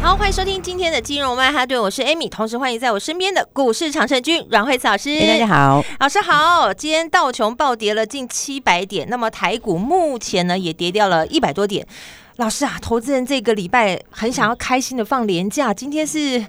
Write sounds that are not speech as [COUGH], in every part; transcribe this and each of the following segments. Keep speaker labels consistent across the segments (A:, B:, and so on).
A: 好，欢迎收听今天的金融曼哈顿，我是 Amy，同时欢迎在我身边的股市常胜军阮慧慈老师、
B: 哎大
A: [LAUGHS]
B: 家好，
A: 老师好，今天道琼暴跌了近七百点，那么台股目前呢也跌掉了一百多点。老师啊，投资人这个礼拜很想要开心的放年
B: 嗯
A: 假，今天是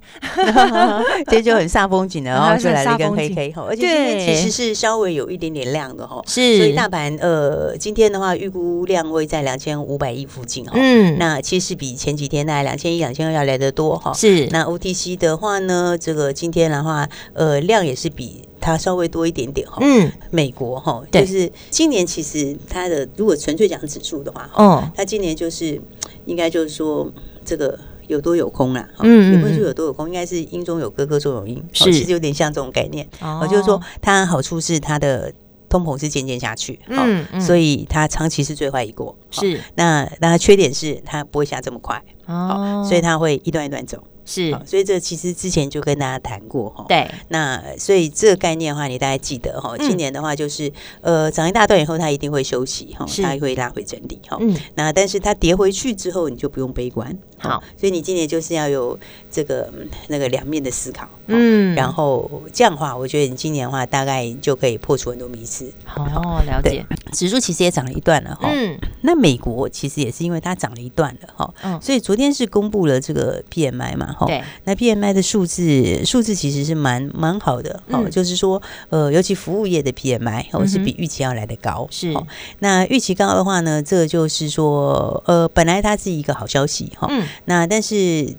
B: 这就很煞
A: [LAUGHS]
B: 风景了，然
A: 啊
B: 后就来了一根
A: 很煞风
B: 黑
A: 景
B: 黑哦哈，而且今天
A: 对
B: 其实是稍微有一点点亮的哈，哦所以
A: 是
B: 大盘呃今天的话预估量会在两千五百亿附近哈，
A: 嗯，
B: 那其实比前几天那两千一、两千二要来的多哈。
A: 是
B: 那 OTC 的话呢，这个今天的话，呃，量也是比它稍微多一点点哈。
A: 嗯
B: 美国哈，
A: 对
B: 就是今年其实它的如果纯粹讲指数的话，哈
A: 哦
B: 它今年就是应该就是说这个有多有空啦，哈
A: 嗯嗯
B: 也不是
A: 嗯
B: 说有多有空，应该是因中有歌，歌中有因，
A: 是
B: 哦其实有点像这种概念。
A: 哦
B: 哦，就是说它好处是它的通膨是渐渐下去，哦
A: 嗯嗯
B: 所以它长期是最坏一过。哦
A: 是
B: 那那它缺点是它不会下这么快，
A: 哦
B: 所以它会一段一段走。
A: 是
B: 好所以这其实之前就跟大家谈过哈。
A: 对
B: 那所以这个概念的话，你大概记得哈。
A: 嗯
B: 今年的话就是，呃，涨一大段以后，它一定会休息哈，
A: 是
B: 它会拉回整理哦哈。
A: 嗯
B: 那但是它跌回去之后，你就不用悲观。
A: 好
B: 哦，所以你今年就是要有这个嗯那个两面的思考。嗯，
A: 嗯，
B: 然后这样的话，我觉得你今年的话，大概就可以破除很多迷思。
A: 哦了解
B: 指数其实也涨了一段了哈。
A: 嗯
B: 那美国其实也是因为它涨了一段了哈，
A: 嗯
B: 所以昨天是公布了这个 PMI 嘛哈，
A: 对
B: 那 PMI 的数字数字其实是蛮蛮好的哈、
A: 嗯
B: 就是说呃，尤其服务业的 PMI
A: 嗯
B: 哦
A: 哼
B: 是比预期要来的高，
A: 是
B: 哦那预期高的话呢，这个就是说呃，本来它是一个好消息哈、
A: 嗯
B: 那但是。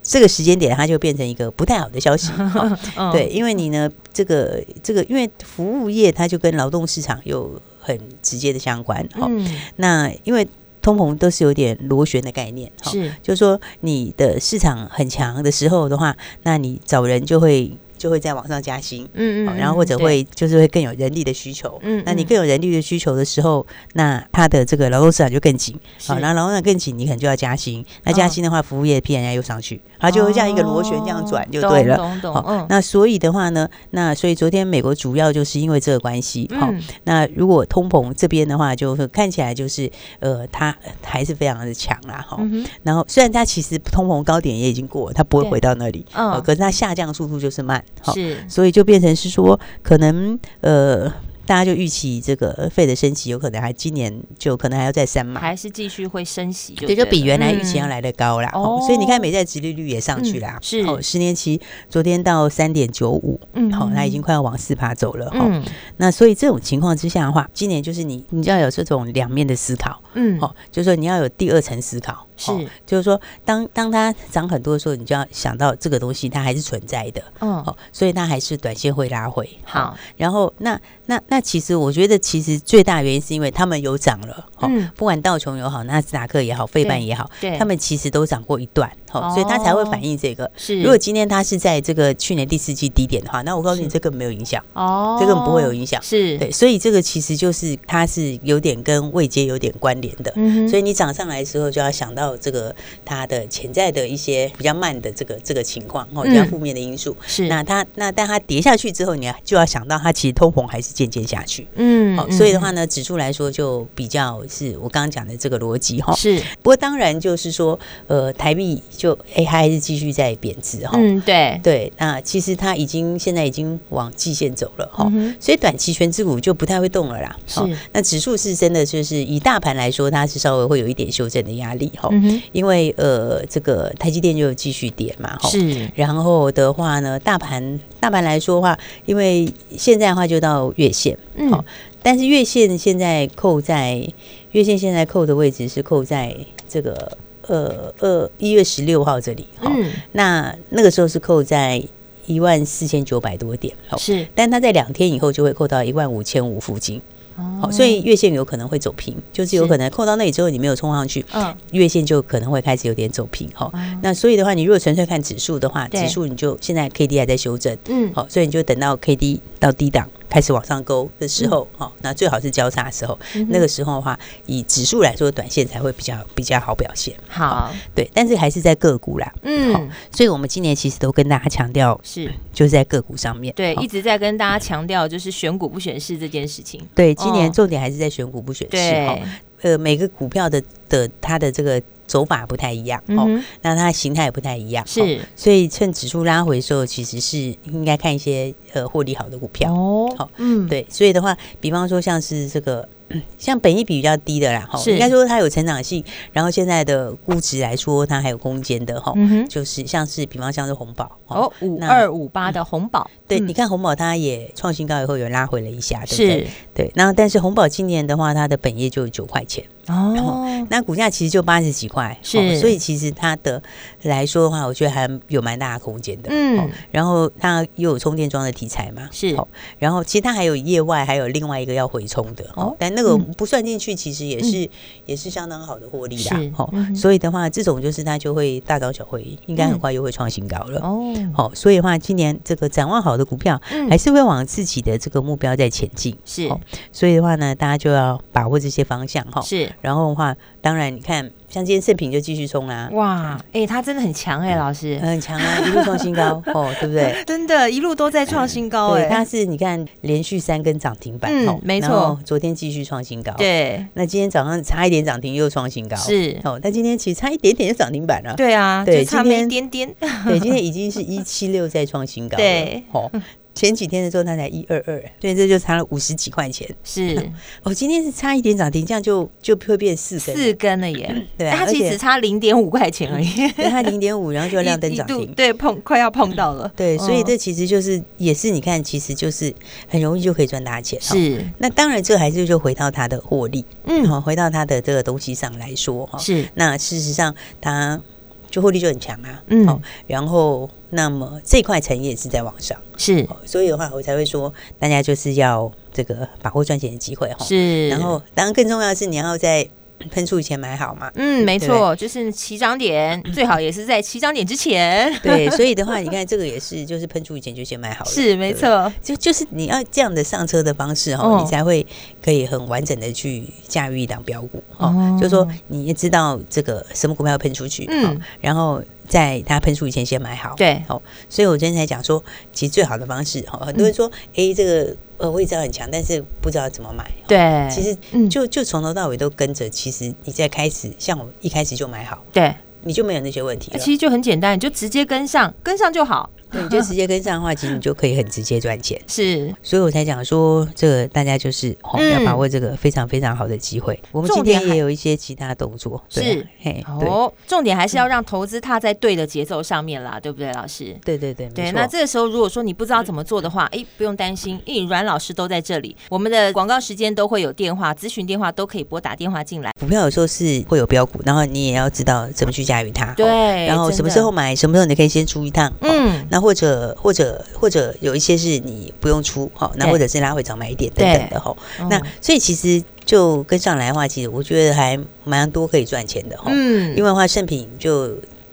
B: 这个时间点，它就变成一个不太好的
A: [LAUGHS]
B: 消息。哈
A: 嗯
B: 对，因为你呢，这个这个，因为服务业它就跟劳动市场有很直接的相关。哈。
A: 嗯
B: 那因为通膨都是有点螺旋的概念，哈，
A: 是
B: 就是说你的市场很强的时候的话，那你找人就会就会再往上加薪。
A: 嗯
B: 好然后或者会就是会更有人力的需求，
A: 嗯
B: 那你
A: 嗯
B: 更有人力的需求的时候，那它的这个劳动市场就更紧，好，
A: 是
B: 然后劳动市场更紧，你可能就要加薪，那加
A: 嗯
B: 薪的话，服务业 P N I 又上去，它就会像一个螺旋这样转就对了。
A: 嗯懂懂
B: 好
A: 懂，嗯
B: 那所以的话呢，那所以昨天美国主要就是因为这个关系，好，
A: 嗯
B: 那如果通膨这边的话，就是看起来就是呃，它还是非常的强啦哈。
A: 嗯哼
B: 然后虽然它其实通膨高点也已经过了，它不会
A: 对
B: 回到那里，
A: 嗯
B: 呃可是它下降速度就是慢哈，
A: 是
B: 所以就变成是说可能呃。大家就预期这个费的升息有可能还今年就可能还要再三嘛，
A: 还是继续会升息就
B: 对，
A: 对，嗯
B: 就比原来预期要。来的高啦。
A: 哦
B: 哦，所以你看美债殖利率也上去啦
A: 嗯，是
B: 哦，十年期昨天到三点九五，
A: 嗯
B: 好，它已经快要往四趴走了哈。
A: 嗯
B: 那所以这种情况之下的话，今年就是你，你就要有这种两面的思考，
A: 嗯，
B: 哦，就是说你要有第二层思考，
A: 是
B: 哦就是说当当它涨很多的时候，你就要想到这个东西它还是存在的，
A: 嗯，
B: 哦，所以它还是短线会拉回。哦，
A: 好，
B: 然后那那那其实我觉得其实最大原因是因为他们有涨了，哦，
A: 嗯
B: 不管道琼也好，纳斯达克也好，费半也好，
A: 对，
B: 他们其实都涨过一段，
A: 哦
B: 哦，所以它才会反映这个。
A: 是
B: 如果今天它是在这个去年第四季低点的话，那我告诉你，
A: 是
B: 这根本没有影响，
A: 哦，
B: 这根本不会有影响。
A: 是，
B: 对，所以这个其实就是它是有点跟位阶有点关联的。
A: 嗯哼，
B: 所以你涨上来之后，就要想到这个它的潜在的一些比较慢的这个这个情况，哦，比较
A: 嗯
B: 负面的因素。
A: 是
B: 那它那但它跌下去之后，你就要想到它其实通膨还是渐渐下去。
A: 嗯
B: 哦，所以的话呢，指数来说就比较是我刚刚讲的这个逻辑哈。
A: 是，
B: 不过当然就是说，呃，台币就哎它还是继续在贬值哈。
A: 嗯，对，
B: 对，那其实它已经现在已经往季线走了哈。
A: 嗯哼
B: 所以短期全指股就不太会动了啦。
A: 是
B: 哦那指数是真的就是以大盘来说，它是稍微会有一点修正的压力哈、哦
A: 嗯哼，
B: 因为呃，这个台积电就继续跌嘛哈、哦
A: 是，
B: 然后的话呢，大盘大盘来说的话，因为现在的话就到月线，
A: 嗯
B: 好但是月线现在扣在月线现在扣的位置是扣在这个呃呃一月十六号这里哈、哦
A: 嗯，
B: 那那个时候是扣在一万四千九百多点，哦
A: 是，
B: 但它在两天以后就会扣到一万五千五附近，好，所以月线有可能会走平，就是有
A: 哦是
B: 可能扣到那里之后你没有冲上去，
A: 嗯，
B: 月线就可能会开始有点走平哈。那所以的话，你如果纯粹看指数的话，
A: 哦对
B: 指数你就现在 K D 还在修正，
A: 嗯，
B: 好，所以你就等到 K D 到低档开始往上勾的时候，
A: 嗯
B: 好，那最好是交叉的时候，那个时候的话，以指数来说，短线才会比较比较好表现。
A: 好，
B: 对，但是还是在个股啦，好
A: 嗯，
B: 所以我们今年其实都跟大家强调，
A: 是
B: 就是在个股上面。
A: 对，
B: 好
A: 一直在跟大家强调就是选股不选市这件事情。
B: 对，今
A: 哦
B: 年重点还是在选股不选市
A: 对，嗯
B: 哈。呃，每个股票的的它的这个走法不太一样
A: 嗯
B: 哦，
A: 哼，
B: 那它的形态也不太一样。哦
A: 是
B: 所以趁指数拉回的时候，其实是应该看一些呃获利好的股票。
A: 哦
B: 好，
A: 嗯，
B: 对，所以的话，比方说像是这个， [CLEARS THROAT] 嗯像本益比比较低的啦，哈，
A: 是
B: 应该说它有成长性，然后现在的估值来说，它还有空间的哈，
A: 嗯哼，
B: 就是像是比方像是红宝，哦，
A: 哦，五
B: 那
A: 二五八的红宝，
B: 对，
A: 嗯
B: 你看红宝它也创新高以后有拉回了一下，对不对？
A: 是
B: 对，那但是红宝今年的话，它的本业就有九块钱，
A: 哦，
B: 那股价其实就八十几块，哦
A: 是
B: 所以其实它的来说的话，我觉得还有蛮大的空间的，哦
A: 嗯，
B: 然后它又有充电桩的题材嘛，
A: 是
B: 好然后其实它还有业外，还有另外一个要回充的，
A: 哦
B: 哦，但那个
A: 嗯
B: 不算进去，其实也是、也是相当好的获利啦
A: 是，
B: 好、
A: 嗯哼嗯
B: 所以的话，这种就是它就会大涨小回，应该很快又会创新高了。好、
A: 哦，
B: 所以的话，今年这个展望好的股票，
A: 嗯
B: 还是会往自己的这个目标在前进。
A: 是
B: 好所以的话呢，大家就要把握这些方向哈。
A: 是
B: 然后的话，当然你看，像今天盛品就继续冲啦、
A: 哇，哎，他真的很强
B: 嗯
A: 哎，老师，
B: 很强啊，一路创
A: [LAUGHS]
B: 新高哦，对不对？
A: 真的，一路都在创新高
B: 对，它
A: 哎，
B: 是你看连续三根涨停板，
A: 嗯
B: 哦
A: 没错，
B: 然后昨天继续创新高，，
A: 对，
B: 那今天早上差一点涨停又创新高，
A: 是，
B: 哦，但今天其实差一点点就涨停板了，
A: 对啊，
B: 对
A: 就差
B: 今
A: 没一
B: 天
A: 点点，
B: [LAUGHS] 对，今天已经是一七六在创新高了，
A: 对，
B: 哦。前几天的时候，它才一二二，所以这就差了五十几块钱。
A: [LAUGHS]
B: [LAUGHS]
A: 是
B: 哦，今天是差一点涨停，这样就就会变四根，
A: 四根了耶，
B: 对啊
A: 但它其
B: 而
A: 实
B: 且
A: 差零点五块钱而
B: [LAUGHS]
A: 已，
B: 对它零点五，然后就亮灯
A: 一
B: 涨
A: 一度
B: 停。
A: 对，碰快要碰到了，
B: 对，所以
A: 嗯
B: 这其实就是也是你看，其实就是很容易就可以赚大钱。哦
A: 是，
B: 那当然，这还是就回到它的获利，
A: 嗯，
B: 好，回到它的这个东西上来说哈。
A: 是，
B: 那事实上，它就获利就很强啊。
A: 嗯
B: 好，然后那么这块产业也是在往上，
A: 是，
B: 好所以的话，我才会说大家就是要这个把握赚钱的机会哈。
A: 是，
B: 然后，当然更重要的是你要在喷出以前买好嘛。
A: 嗯，没
B: 对
A: 错，就是起涨
B: [CLEARS THROAT]
A: 点最好也是在起涨点之
B: [LAUGHS]
A: 前，
B: 对，所以的话，你看这个也是，就是喷出以前就先买好
A: [LAUGHS]
B: 了。
A: 是没
B: 对不对
A: 错，
B: 就就是你要这样的上车的方式哈、
A: 哦
B: 你才会可以很完整的去驾驭一档标股哦。
A: 哦
B: 就说你也知道这个什么股票要喷出去，
A: 嗯
B: 哦，然后在它喷出以前先买好。，
A: 对，
B: 哦，所以我今天才讲说，其实最好的方式哦，很多
A: 嗯
B: 人说，诶，这个呃我也知道很强，但是不知道怎么买。哦
A: 对，
B: 其实
A: 嗯
B: 就就从头到尾都跟着，其实你在开始，像我一开始就买好，
A: 对，
B: 你就没有那啊些问题了。
A: 其实就很简单，你就直接跟上，跟上就好，
B: 对你就直接跟上的话，其实你就可以很直接赚钱。
A: 是
B: 所以我才讲说，这个大家就是、哦
A: 嗯
B: 要把握这个非常非常好的机会。我们今
A: 重
B: 天
A: 点还
B: 也有一些其他动作，对啊
A: 是
B: 嘿，对、嗯
A: 哦，重点还是要让投资踏在对的节奏上面啦，对不对，老师？
B: 对对对，
A: 对，
B: 没
A: 那
B: 错。嗯
A: 这个时候如果说你不知道怎么做的话，哎，不用担心，因为阮老师都在这里，我们的广告时间都会有电话，咨询电话都可以拨打电话进来。
B: 股票有时候是会有标股，然后你也要知道怎么去驾驭它。哦
A: 对，
B: 然后
A: 真
B: 什么
A: 的
B: 时候？买，什么时候你可以先出一趟。嗯。
A: 嗯，
B: 那或者或者或者有一些是你不用出哈，哦那
A: 对
B: 或者是拉回早买一点等等的哈。
A: 哦
B: 那所以其实就跟上来的话，其实我觉得还蛮多可以赚钱的哈。
A: 嗯，
B: 因为的话盛品就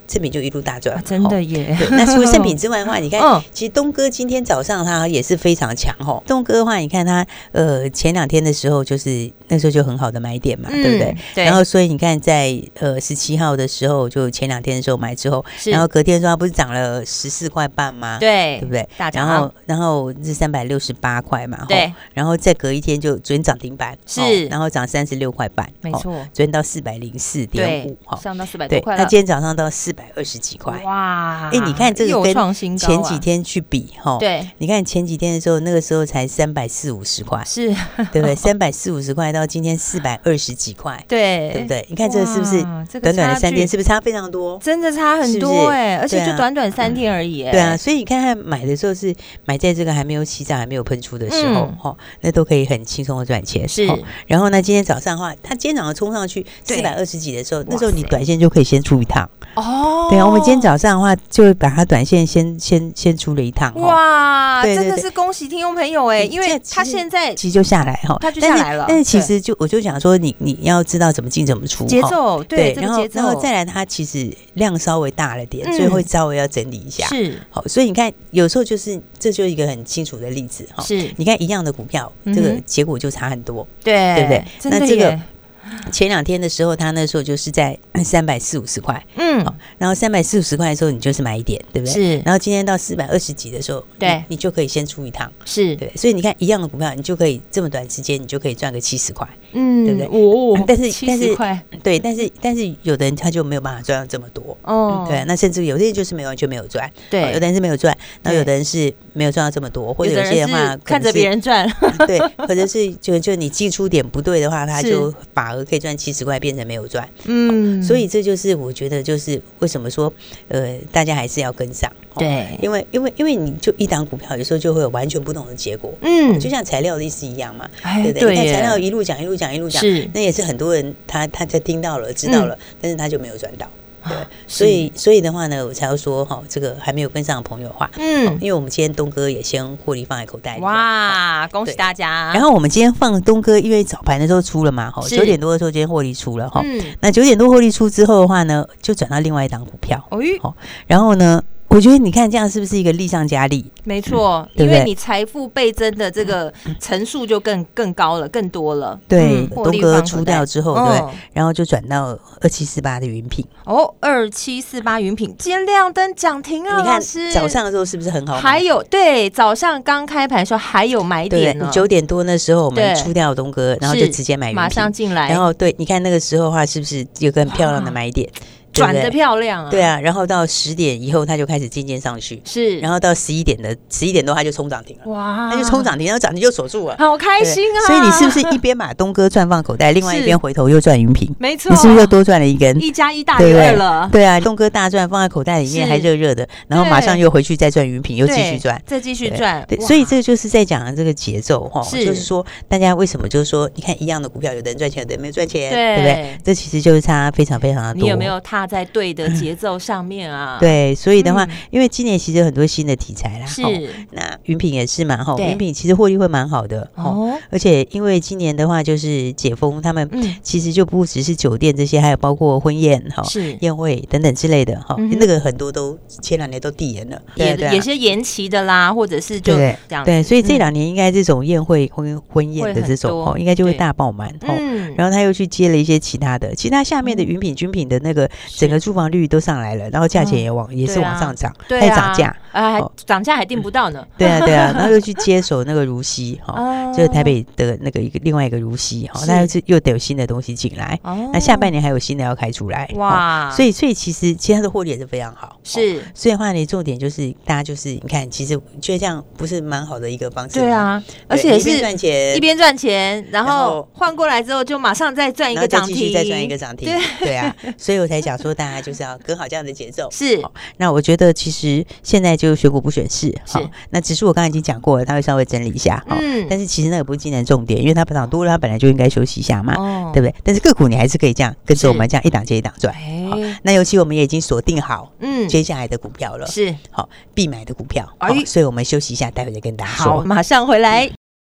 B: 盛品就一路大赚、
A: 啊真
B: 哦
A: 的耶，
B: 对， [LAUGHS] 那除了盛品之外的话，你看，
A: 嗯
B: 其实东哥今天早上他也是非常强吼。东哥的话，你看他呃前两天的时候，就是那时候就很好的买点嘛，对不对
A: 嗯？？对，
B: 然后所以你看在呃十七号的时候，就前两天的时候买之后，
A: 是
B: 然后隔天的时候它不是涨了十四块半吗？。
A: 对
B: 对不对？
A: 大涨
B: 然后，哦然后是三百六十八块嘛，吼
A: 对，
B: 然后再隔一天就昨天涨停板，
A: 是
B: 吼然后涨三十六块半，
A: 没
B: 吼
A: 错
B: 昨天到四百零四哦点
A: 对
B: 五，哈，
A: 上到四百多
B: 对，
A: 块
B: 那
A: 了，
B: 今天早上到四百二十几块，
A: 哇！
B: 哎你看这个
A: 又
B: 跟
A: 创新高啊
B: 前几天哦去比哈，
A: 对 [LAUGHS]
B: 你看前几天的时候，那个时候才三百四五十块，
A: 是
B: 对不对？三百四五十块到今天四百二十几块，
A: 对
B: 对不？对？你看这个是不是
A: 哇这个
B: 短短的
A: 差
B: 三天，
A: 距
B: 是不是差非常多？
A: 真的差很
B: 是不
A: 多
B: 是
A: 哎、而且
B: 对
A: 就
B: 啊
A: 短短三天而已、哎
B: 对啊，，所以你看看买的时候是买在这个还没有起涨、还没有喷出的时候
A: 嗯，
B: 哦，那都可以很轻松的赚钱。
A: 是
B: 哦然后呢，今天早上的话，它今天早上冲上去
A: 对
B: 四百二十几的时候，
A: 哇
B: 那时候你
A: 塞
B: 短线就可以先出一趟。
A: 哦，
B: 对啊，我们今天早上的话，就把它短线先先先出了一趟。哦，
A: 哇，
B: 对
A: 真
B: 对
A: 的
B: 对
A: 是恭喜听众朋友哎、
B: 嗯
A: 因为
B: 这其
A: 他
B: 实
A: 现在
B: 其实就下来哈，
A: 它就
B: 但是
A: 下来了
B: 但是其
A: 对
B: 实就我就讲说你，你要知道怎么进怎么出
A: 节
B: 哈
A: 奏对这
B: 然
A: 个
B: 后
A: 节奏，
B: 然后再来，它其实量稍微大了点，所以
A: 嗯
B: 会稍微要整理一下。
A: 是
B: 好，所以你看，有时候就是这就是一个很清楚的例子哈。
A: 是，
B: 你看一样的股票，这
A: 嗯
B: 个
A: 哼
B: 结果就差很多。
A: 对
B: 对不对
A: 真的
B: 那这个
A: 耶嗯
B: 前两天的时候，它那时候就是在 [COUGHS] 三百四五十块，
A: 嗯
B: 然后三百四五十块的时候，你就是买一点，哦对不对？
A: 是
B: 然后今天到四百二十几的时候，你
A: 对
B: 你就可以先出一趟，
A: 是
B: 对。所以你看，一样的股票，你就可以这么短时间，你就可以赚个七十块，
A: 嗯
B: 对不对
A: 哦
B: 但是
A: 七
B: 但
A: 十
B: 是
A: 块
B: 对。但是但是有的人他就没有办法赚到这么多，
A: 哦
B: 对。啊那甚至有些人就是没有完全没有赚，哦有
A: 对，
B: 的人是没有赚，那
A: 对
B: 有的人是没有赚到这么多，或者
A: 有的
B: 有
A: 人
B: 些的话
A: 是看着别人
B: [LAUGHS]
A: 赚，
B: 人
A: [LAUGHS]
B: 对，或者是就就你进出点不对的话，他
A: 是
B: 就反而可以赚七十块，变成没有赚。
A: 嗯
B: 所以这就是我觉得就是为什么说呃，大家还是要跟上。哦，
A: 对，
B: 因为因为因为你就一档股票，有时候就会有完全不同的结果，
A: 嗯
B: 就像材料的意思一样嘛，
A: 哎
B: 对不对？你看材料
A: 耶，
B: 一路讲一路讲一路讲，
A: 是
B: 那也是很多人他他他听到了知道了，但是他就没有赚到。对，
A: 嗯是
B: 所以所以的话呢，我才要说哈、哦，这个还没有跟上的朋友的话，
A: 嗯
B: 因为我们今天东哥也先获利放在口袋里了。
A: 哇，恭喜
B: 嗯对
A: 大家，
B: 然后我们今天放东哥，因为早盘的时候出了嘛，哈，
A: 是
B: 九点多的时候今天获利出了哈。
A: 嗯，
B: 那九点多获利出之后的话呢，就转到另外一档股票，
A: 哦咦，
B: 然后呢，我觉得你看这样是不是一个利上加利？
A: 没错，
B: 嗯对
A: 因
B: 不
A: 为
B: 对嗯
A: 你财富倍增的这个层数就更更高了，更多了。
B: 对，
A: 嗯获
B: 东
A: 利
B: 哥
A: 放口
B: 出
A: 袋
B: 掉之后，对，
A: 嗯
B: 然后就转到二七四八的云品。
A: 哦，二七四八云品今天亮灯涨停啊，
B: 你看
A: 老师
B: 早上的时候是不是很好买？
A: 还有对早上刚开盘的时候还有买
B: 对
A: 点
B: 不对，
A: 呢
B: 你，九点多那时候我们
A: 对
B: 出掉东哥，然后就是直接买云
A: 马上
B: 品，
A: 进来，
B: 然后对，你看那个时候的话，是不是有个很漂亮的买点？对不
A: 啊转
B: 对
A: 的漂亮啊，
B: 对，啊，然后到十点以后，它就开始渐渐上去，
A: 是，
B: 然后到十一点的十一点多，它就冲涨停了，
A: 哇，
B: 它就冲，涨停，然后涨停就锁住了，
A: 好开心啊！
B: 对所以你是不是一边把东哥赚
A: [LAUGHS]
B: 放口袋，另外一边回头又赚云平？
A: 没错？
B: 你是不是又多赚了一根？
A: 一加一大于二了？
B: 对啊，东哥大赚放在口袋里面
A: 是
B: 还热热的，然后马上又回去再赚云平，又
A: 对
B: 继续赚。，
A: 再继续赚，
B: 对，
A: 哇
B: 所以这就是在讲的这个节奏哈，
A: 是
B: 就是说大家为什么就是说，你看一样的股票，有的人赚钱，有的人没有赚钱，
A: 对
B: 不对？这其实就是差非常非常的多。嗯
A: 你有没有踏在对的节奏上面啊？，
B: 对，所以的话，
A: 嗯
B: 因为今年其实有很多新的题材啦，吼
A: 是
B: 那云品也是嘛，哈，
A: 对
B: 云品其实获利会蛮好的，哦，
A: 哦，
B: 而且因为今年的话就是解封，他们
A: 嗯，
B: 其实就不只是酒店这些，还有包括婚宴，哈，
A: 是
B: 宴会等等之类的，哈
A: 嗯哼，
B: 那个很多都前两年都递延了，对
A: 也
B: 啊对啊
A: 也是延期的啦，或者是就
B: 对
A: 这样子，
B: 对，所以这
A: 嗯
B: 两年应该这种宴会婚婚宴的这种
A: 会很多
B: 哦，应该就会
A: 对
B: 大爆满哦。
A: 嗯，
B: 然后他又去接了一些其他的，其他下面的云品、军品的那个整个住房率都上来了，然后价钱也往也是
A: 对啊
B: 往上涨，
A: 对
B: 还
A: 啊 [LAUGHS]
B: 涨价。
A: 啊，还
B: 哦
A: 涨价还订不到呢，
B: 对啊，对啊，然后又去接手那个
A: [LAUGHS]
B: 如溪哈，
A: 啊
B: 就是台北的那个一个另外一个如溪哈，
A: 是
B: 那又是又得有新的东西进来，
A: 哦
B: 那下半年还有新的要开出来哇，
A: 哇，
B: 所
A: 以
B: 以所以其实其他的获利也是非常好，哦。
A: 是
B: 所以的话呢，重点就是大家就是你看，其实我觉得这样不是蛮好的一个方式吗？
A: 对啊，而
B: 对
A: 且
B: 一边
A: 是
B: 赚钱
A: 一边赚钱，然
B: 然
A: 后
B: 后
A: 换过来之后就马上再赚一个
B: 然后再
A: 涨
B: 继续
A: 停，
B: 再赚一个涨停
A: 对，[LAUGHS]
B: 对啊，所以我才讲说大家就是要跟好这样的节奏。
A: 是
B: 好那我觉得其实现在就选股不选市，
A: 是
B: 好，那指数我刚才已经讲过了，它会稍微整理一下，好，
A: 嗯
B: 但是其实那个不是今年的重点，因为它涨多了，它本来就应该休息一下嘛，
A: 哦
B: 对不对？但是个股你还是可以这样跟着我们这样一档接一档赚。好
A: 哎，
B: 那尤其我们也已经锁定好
A: 嗯，
B: 接下来的股票了，
A: 是
B: 好必买的股票，好
A: 哎，
B: 所以我们休息一下，待会再跟大家说。
A: 好，马上回来。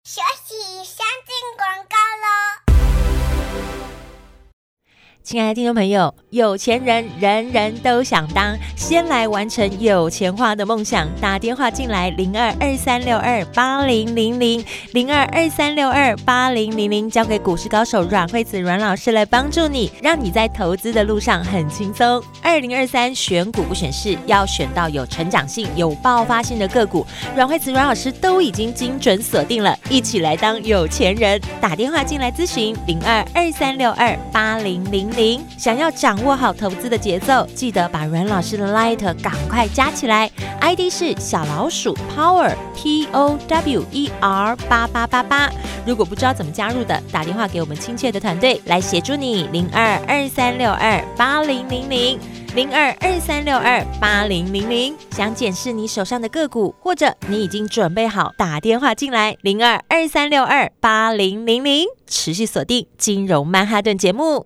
C: 学习相进广告喽。
A: 亲爱的听众朋友，有钱人人人都想当，先来完成有钱花的梦想。打电话进来零二二三六二八零零零零二二三六二八零零零，交给股市高手阮惠子阮老师来帮助你，让你在投资的路上很轻松。二零二三选股不选市，要选到有成长性、有爆发性的个股。阮惠慈、阮老师都已经精准锁定了，一起来当有钱人。打电话进来咨询零二二三六二八零零零。零。想要掌握好投资的节奏，记得把阮老师的 Light 赶快加起来，ID 是小老鼠 Power P O W E R 八八八八。如果不知道怎么加入的，打电话给我们亲切的团队来协助你，零二二三六二八零零零。零二二三六二八零零零，想检视你手上的个股，或者你已经准备好，打电话进来，零二二三六二八零零零，持续锁定金融曼哈顿节目。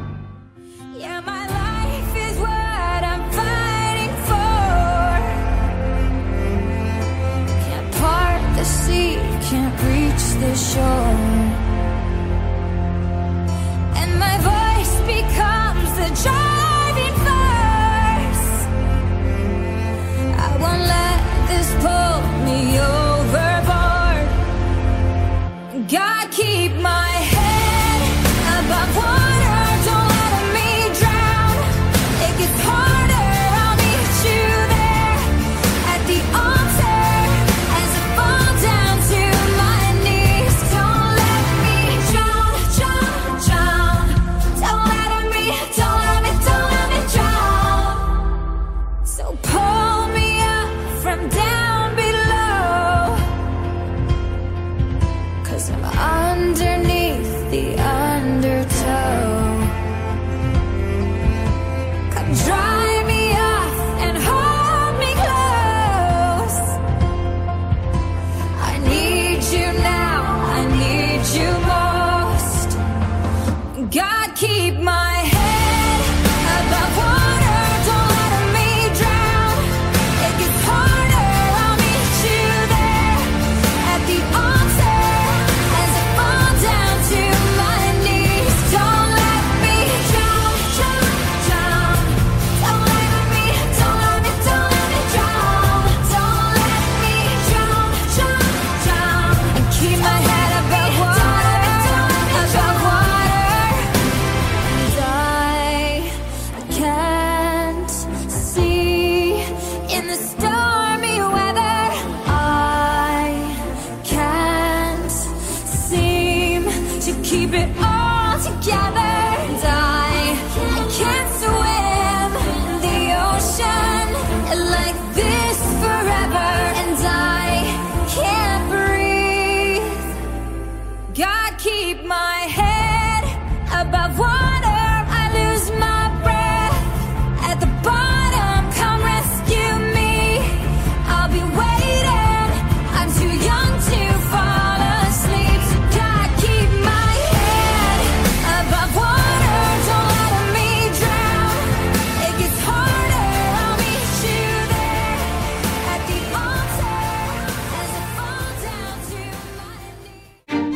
D: Yeah, my life is what I'm fighting for. Can't part the sea, can't reach the shore. And my voice becomes the driving force. I won't let this pull me overboard. God keep my head above water, don't let me drown. It gets harder, I'll meet you there at the altar as I fall down to my knees. Don't let me drown, drown, drown. Don't let me, don't let me, don't let me drown. So pull me up from down below. Cause I'm underneath the undertow. Come dry me off and hold me close. I need you now, I need you most. God keep my head above water. Don't let me drown. It gets harder. I'll meet you there at the altar as I fall down to my knees. Don't let me drown, drown, drown. Don't let me, don't let me, don't let me drown. Don't let me drown, drown, drown. And keep my head above water, above water and I can't see in the stormy weather. I can't seem to keep it all together. And I can't swim in the ocean like this forever. And I can't breathe. God keep my head above water. I lose my breath at the bottom. Come rescue me. I'll be waiting. I'm too young to fall asleep. So God keep my head above water. Don't let me drown. It gets harder. I'll meet you there at the altar as I fall down to my knees.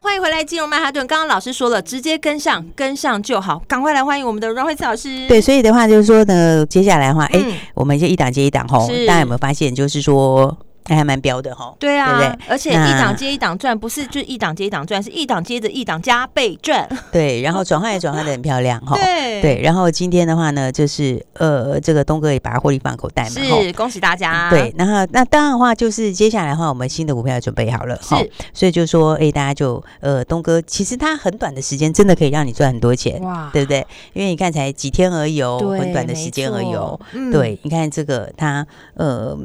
A: 欢迎回来，金融曼哈顿，刚刚老师说了，直接跟上，跟上就好，赶快来欢迎我们的阮慧慈老师。
B: 对，所以的话就是说呢，接下来的话，哎、
A: 嗯
B: 我们就一档接一档吼
A: 是，
B: 大家有没有发现，就是说，哎还蛮标的吼，
A: 对啊，
B: 对不对
A: 而且
B: 那
A: 一档接一档赚，不是就一档接一档赚，是一档接着一档加倍赚。
B: 对，然后转换也转换的很漂亮吼，
A: 对，
B: 对，然后今天的话呢，就是呃，这个东哥也把它获利放口袋嘛，吼
A: 是啊恭喜大家。
B: 对，，然后那当然的话，就是接下来的话，我们新的股票也准备好了，吼
A: 是
B: 所以就说，哎、大家就呃，东哥，其实他很短的时间，真的可以让你赚很多钱，
A: 哇
B: 对不对？因为你看才几天而已哦，
A: 啊对
B: 很短的
A: 没
B: 时间而已哦
A: 错，嗯
B: 对，你看这个他呃，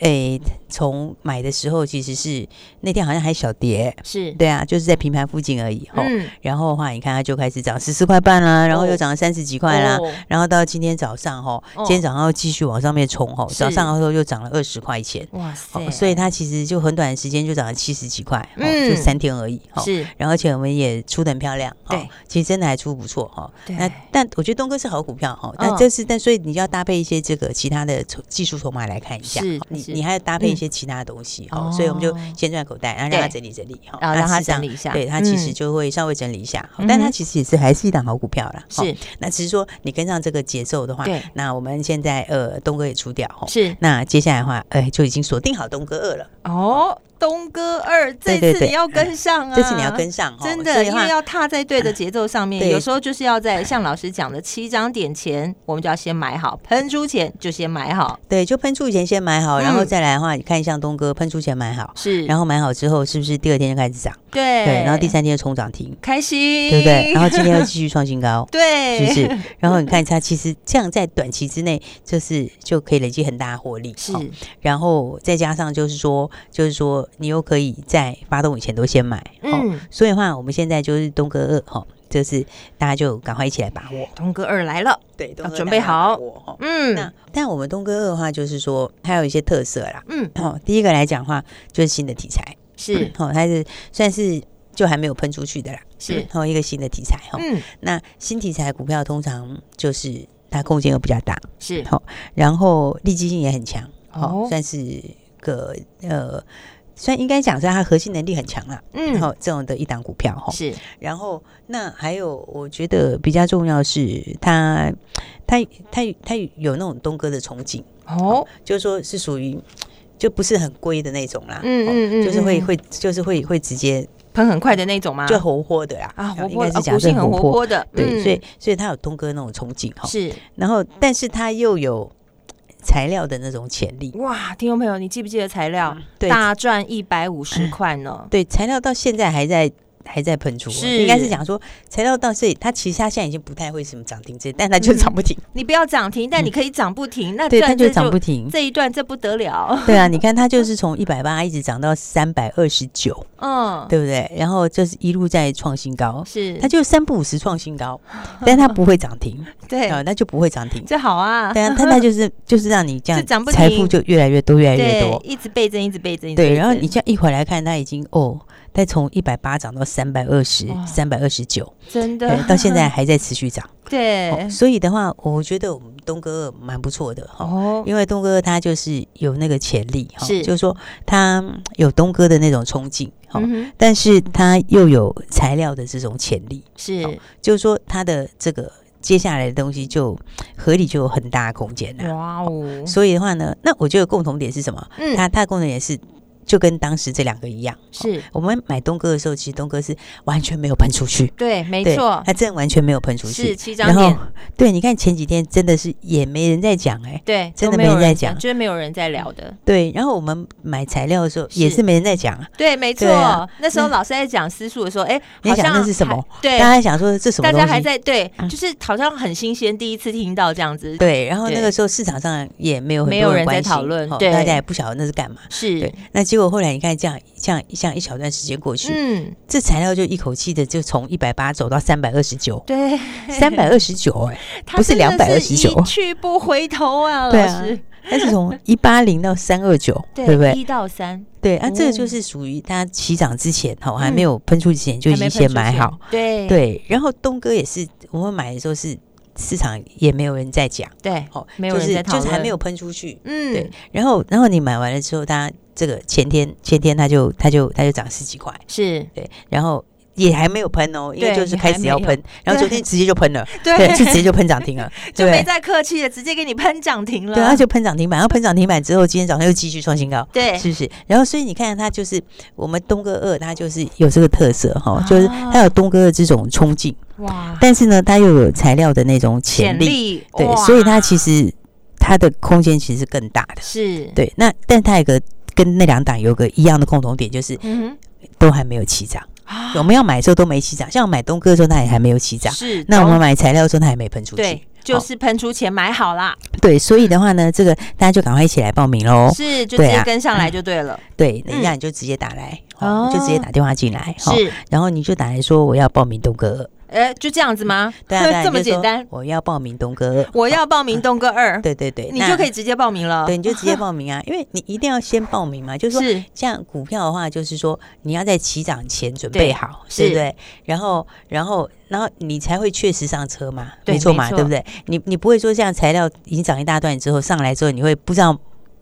B: 哎，从买的时候其实是那天好像还小跌，
A: 是，
B: 对啊，就是在平盘附近而已，吼、
A: 嗯，
B: 然后的话，你看它就开始涨十四块半啦、然后
A: 哦
B: 又涨了三十几块啦、
A: 哦
B: 然后到今天早上吼，
A: 哦
B: 今天早上又继续往上面冲吼，
A: 是嗯
B: 早上的时候又涨了二十块钱。
A: 哇
B: 哦
A: 塞，，
B: 所以它其实就很短的时间就涨了七十几块，哦，
A: 嗯
B: 就三天而已，哦。
A: 是
B: 然后而且我们也出的很漂亮，哦
A: 对，
B: 其实真的还出不错哈。哦
A: 对
B: 那但我觉得东哥是好股票哈，哦
A: 嗯
B: 但这是但所以你就要搭配一些这个其他的筹技术筹码来看一下，
A: 是
B: 哦你
A: 是
B: 你还要搭配一些其他的东西
A: 哦
B: 哦，所以我们就先赚口袋，然后让它整理整理哈，
A: 然后
B: 那
A: 让它
B: 事实上
A: 整理一下
B: 对它其实
A: 嗯
B: 就会稍微整理一下，
A: 嗯
B: 哦
A: 哼
B: 但它其实也是还是一档好股票啦。哦
A: 是
B: 那只是说你跟上这个节奏的话
A: 对，
B: 那我们现在呃东哥也出掉哈，哦
A: 是
B: 那接下来的话，哎，就已经锁定好东哥二了。
A: 哦，东哥二这
B: 对
A: 次
B: 对对
A: 你要跟上啊，
B: 这次你要跟上哦
A: 真
B: 所
A: 的，
B: 以的
A: 因
B: 话
A: 为要踏在对的节奏上面，
B: 对
A: 有时候就是要
B: [LAUGHS]
A: 在像老师讲的七张点前，我们就要先买好，喷出前就先买好，
B: 对，就喷出以前先买好，然后
A: 嗯
B: 再来的话，你看像东哥喷出前买好，
A: 是，
B: 然
A: 后
B: 后买好之后是不是第二天就开始涨？
A: 对，
B: 对，然后第三天就冲涨停，
A: 开心，。
B: 对不对？然后今天又继续创新高
A: 对，
B: 是不是？
A: [LAUGHS]
B: 然后你看它其实这样在短期之内，就是就可以累积很大的获利。
A: 是
B: 哦然后再加上就是说，就是说你又可以在发动以前都先买。哦，
A: 嗯，
B: 所以的话，我们现在就是东哥二哈、哦，就是大家就赶快一起来把握。
A: 东哥二来了，
B: 对，
A: 哥哦准备好嗯
B: 那但我们东哥二的话，就是说还有一些特色啦。
A: 嗯，
B: 哦，第一个来讲的话，就是新的题材，
A: 是
B: 哦，它是算是就还没有喷出去的啦，
A: 是
B: 然后一个新的题材哈、哦
A: 嗯
B: 那新题材股票通常就是它空间又比较大，哦
A: 是
B: 然后利基性也很强，哦
A: 哦，
B: 算是个呃，算应该讲是它核心能力很强啦。然
A: 嗯
B: 后这种的一档股票哈、哦，
A: 是
B: 然后那还有我觉得比较重要的是它它它它有那种东哥的憧憬。
A: 哦
B: 就是说是属于就不是很龟的那种啦，
A: 嗯
B: 哦
A: 嗯嗯
B: 就是会
A: 嗯
B: 会就是会会直接
A: 喷很快的那种吗？
B: 就活泼的啦，
A: 啊活
B: 哦应
A: 泼
B: 该
A: 的，
B: 是
A: 啊
B: 讲
A: 股
B: 是
A: 性很
B: 活
A: 活
B: 泼，
A: 泼的，
B: 对，
A: 嗯
B: 所以所以他有东哥那种憧憬哈，
A: 是
B: 然后但是他又有材料的那种潜力，
A: 哇，听众朋友，你记不记得材料？
B: 对嗯
A: 大赚一百五十块呢。
B: 对，材料到现在还在。还在喷出哦，
A: 是
B: 应该是讲说材料到这里，它其实它现在已经不太会什么涨停之类，但它
A: 嗯
B: 就涨不停，
A: 你不要涨停，但你可以涨不停，那
B: 嗯对，
A: 赚
B: 它
A: 这
B: 就涨不停，
A: 这一段这不得了，
B: 对啊，你看它就是从一百八一直涨到三百二十九，
A: 嗯，
B: 对不对？然后就是一路在创新高，
A: 是，
B: 它就三不五十创新高，但它不会涨停，
A: [LAUGHS] 对，
B: 啊，那就不会涨停。
A: 这好啊，
B: 对啊，它那就是就是让你这
A: 就涨
B: 样
A: 不
B: 财
A: 停
B: 富就越来越多，越来
A: 对
B: 越多，。
A: 一直倍增，一直倍增，一直
B: 对，
A: 倍
B: 然后
A: 增
B: 你这样一回来看，它已经哦，它从一百八涨到三百二十
A: 哇、
B: 三百二十九，
A: 真
B: 对
A: 的，
B: 哎到
A: [LAUGHS]
B: 现在还在持续涨。
A: 对
B: 哦，所以的话，我觉得我们东哥蛮不错的哈，
A: 哦，
B: 因为东哥他就是有那个潜力哈，
A: 是
B: 就是说他有东哥的那种冲劲哈，
A: 嗯哼，
B: 但是他又有材料的这种潜力。好
A: 是
B: 就是说它的这个接下来的东西就合理就有很大的空间啦。
A: 哇哦，
B: 所以的话呢，那我觉得共同点是什么？
A: 嗯，
B: 它它的共同点是。就跟当时这两个一样，哦
A: 是
B: 我们买东哥的时候，其实东哥是完全没有喷出去，
A: 对，没
B: 对
A: 错，
B: 它真的完全没有喷出
A: 是
B: 去。
A: 七张
B: 哎然后
A: 点，，
B: 对，你看前几天真的是也没人在讲哎、
A: 对，
B: 真
A: 都
B: 的
A: 没
B: 没
A: 有
B: 人在
A: 讲，
B: 讲
A: 就是没有人在聊的，
B: 对。然后我们买材料的时候也
A: 是
B: 是没人在讲啊，
A: 对，没错
B: 对啊。
A: 那时候老师在讲私塾的时候，哎，
B: 你
A: 好
B: 在
A: 像
B: 讲那是什么
A: 还？
B: 大
A: 对，
B: 家还想说这什
A: 大
B: 么东
A: 家还
B: 西？
A: 在对，
B: 嗯
A: 就是好像很新鲜，第一次听到这样子。，
B: 对，然后那
A: 对
B: 个时候市场上也没有很
A: 没
B: 多
A: 有人在
B: 关心
A: 讨论
B: 哦
A: 对
B: 大家也不晓得那是干嘛。
A: 是
B: 对，，那结果后来你看这样这样这样一小段时间过去，
A: 嗯，
B: 这材料就一口气的就从一百八走到三百二十九，
A: 对，
B: [LAUGHS] 三百二十九哎，不是
A: 他真的
B: 229
A: 一去不回头啊，
B: [LAUGHS] 对
A: [LAUGHS] 老
B: 啊
A: 师。
B: 它是从一八零到三二九，对不对？
A: 一到三
B: 对啊，这
A: 哦
B: 个就是属于它起涨之前哈，还
A: 嗯
B: 没有喷出之前就已
A: 还没
B: 经
A: 喷
B: 先
A: 出
B: 买
A: 去
B: 好，，
A: 对
B: 对。然后东哥也是，我们买的时候是市场也没有人在讲，
A: 对
B: 哦，
A: 没有人
B: 就是
A: 在讨
B: 就是还
A: 论
B: 没有喷出去，
A: 嗯，
B: 对。然后然后你买完了之后，它这个前天前天它就它就它就涨十几块。
A: 是
B: 对，然后也还没有喷哦，因为
A: 对
B: 就是开始要
A: 也还
B: 喷，然后昨天直接就喷了，
A: 对
B: 就直接就喷涨停了，
A: 就
B: 对
A: 没
B: 不对
A: 再客气了，直接给你喷涨停了。
B: 对，它就喷涨停板，然后喷涨停板之后，今天早上又继续创新高，
A: 对
B: 是不是？然后所以你看，它就是我们东哥二，它就是有这个特色
A: 啊
B: 哈，就是它有东哥二这种冲劲，
A: 哇，
B: 但是呢，它又有材料的那种潜
A: 潜
B: 力，
A: 力
B: 对，
A: 哇
B: 所以它其实它的空间其实更大的，
A: 是，
B: 对。那但它有个跟那两档有个一样的共同点，就是
A: 嗯
B: 都还没有起涨。
A: 哼，
B: 我们要买的时候都没起涨，像我买东哥的时候，它也还没有起涨。
A: 是，
B: 那我们
A: 懂
B: 买材料的时候，它还没喷出去。
A: 对，就
B: 哦
A: 是喷出钱买好啦，
B: 对，所以的话呢，这个大家就赶快一起来报名喽。
A: 是就直
B: 对
A: 接
B: 啊
A: 跟上来就对了，
B: 对，
A: 嗯
B: 那你就直接打来，
A: 哦
B: 哦，就直接打电话进来，哦，
A: 是，
B: 然后你就打来说我要报名东哥二，
A: 哎，就这样子吗？
B: 对啊，对啊
A: [LAUGHS] 这么
B: 你就
A: 简
B: 说
A: 单，
B: 我要报名东哥二，
A: 我
B: 哦，
A: 要报名东哥二，
B: 对对对，
A: 你
B: 那
A: 就可以，直接报名了，
B: 对，你就直
A: [LAUGHS]
B: 接报名啊，因为你一定要先报名嘛，就是说
A: 是
B: 像股票的话，就是说你要在起涨前准
A: 对
B: 备好，对
A: 是
B: 不对？然后，然后，然后你才会确实上车嘛，
A: 对
B: 没错
A: 没
B: 嘛，
A: 错
B: 对不对？你你不会说像材料已经涨一大段之后上来之后，你会不知道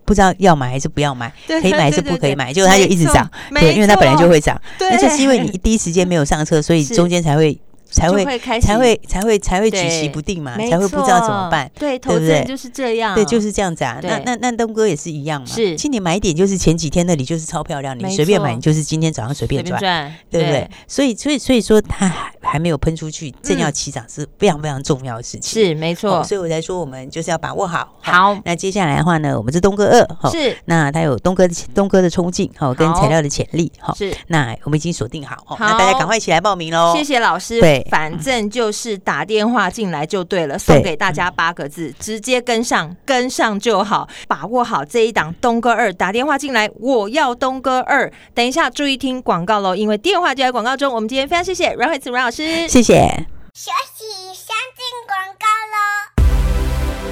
B: 不知道要买还是不要买，
A: 对
B: 可以买还是
A: 对
B: 不可
A: 对
B: 以
A: 对
B: 买，结果它就一直涨，
A: 没
B: 对，因为它本来就
A: 错
B: 会涨，
A: 对
B: 那就是
A: [LAUGHS]
B: 因为你第一时间没有上车，所以
A: 是
B: 中间才会才
A: 就
B: 会
A: 会开始
B: 才会才会才会
A: 对
B: 举棋不定嘛，
A: 没
B: 才会不知道怎么
A: 错
B: 办。
A: 对，投
B: 对不
A: 资人
B: 对
A: 就是这样，
B: 对，就是这样子啊。那
A: 嗯对
B: 那那东哥也是一样嘛。
A: 是
B: 其实你买点就是前几天那里就是超漂亮，
A: 没
B: 你随便买，
A: 错
B: 你就是今天早上随
A: 随
B: 便
A: 便
B: 赚，
A: 赚，
B: 对不对？？所以所以所以说，它还还没有喷出去，正要
A: 嗯
B: 起涨是非常非常重要的事情。
A: 是没
B: 哦
A: 错，
B: 所以我才说我们就是要把握好。哦
A: 好
B: 那接下来的话呢，我们是东哥二哈，哦
A: 是
B: 那它有东哥的东哥的冲劲，好、跟
A: 好
B: 材料的潜力，好、
A: 是。
B: 那我们已经锁定好，哦那大家
A: 好
B: 赶快一起来报名喽！
A: 谢谢老师。
B: 对
A: 反正就是打电话进来就对了，送给大家八个字：直接跟上，跟上就好，把握好这一档东哥二。打电话进来，我要东哥二。等一下注意听广告喽，因为电话就在广告中。我们今天非常谢谢阮慧慈阮老师，
B: 谢谢。
C: 学习先进广告喽。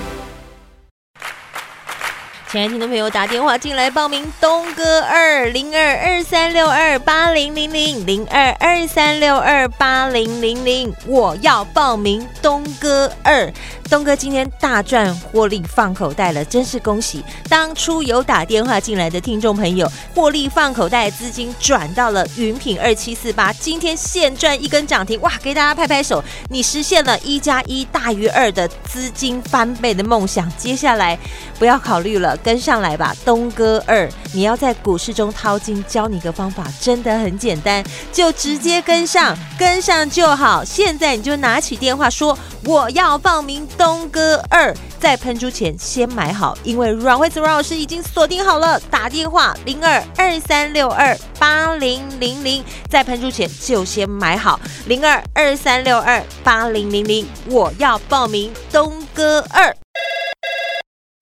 A: 亲爱的听众朋友，打电话进来报名东哥二零二二三六二八零零零零二二三六二八零零零，我要报名东哥二。东哥今天大赚获利放口袋了，真是恭喜！当初有打电话进来的听众朋友，获利放口袋的资金转到了云品二七四八，今天现赚一根涨停，哇！给大家拍拍手，你实现了一加一大于二的资金翻倍的梦想。接下来不要考虑了，跟上来吧，东哥二！你要在股市中淘金，教你一个方法，真的很简单，就直接跟上，跟上就好。现在你就拿起电话说我要报名东哥二，在喷出前先买好，因为阮惠子阮老师已经锁定好了，打电话零二二三六二八零零零，在喷出前就先买好零二二三六二八零零零，我要报名东哥二。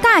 E: 大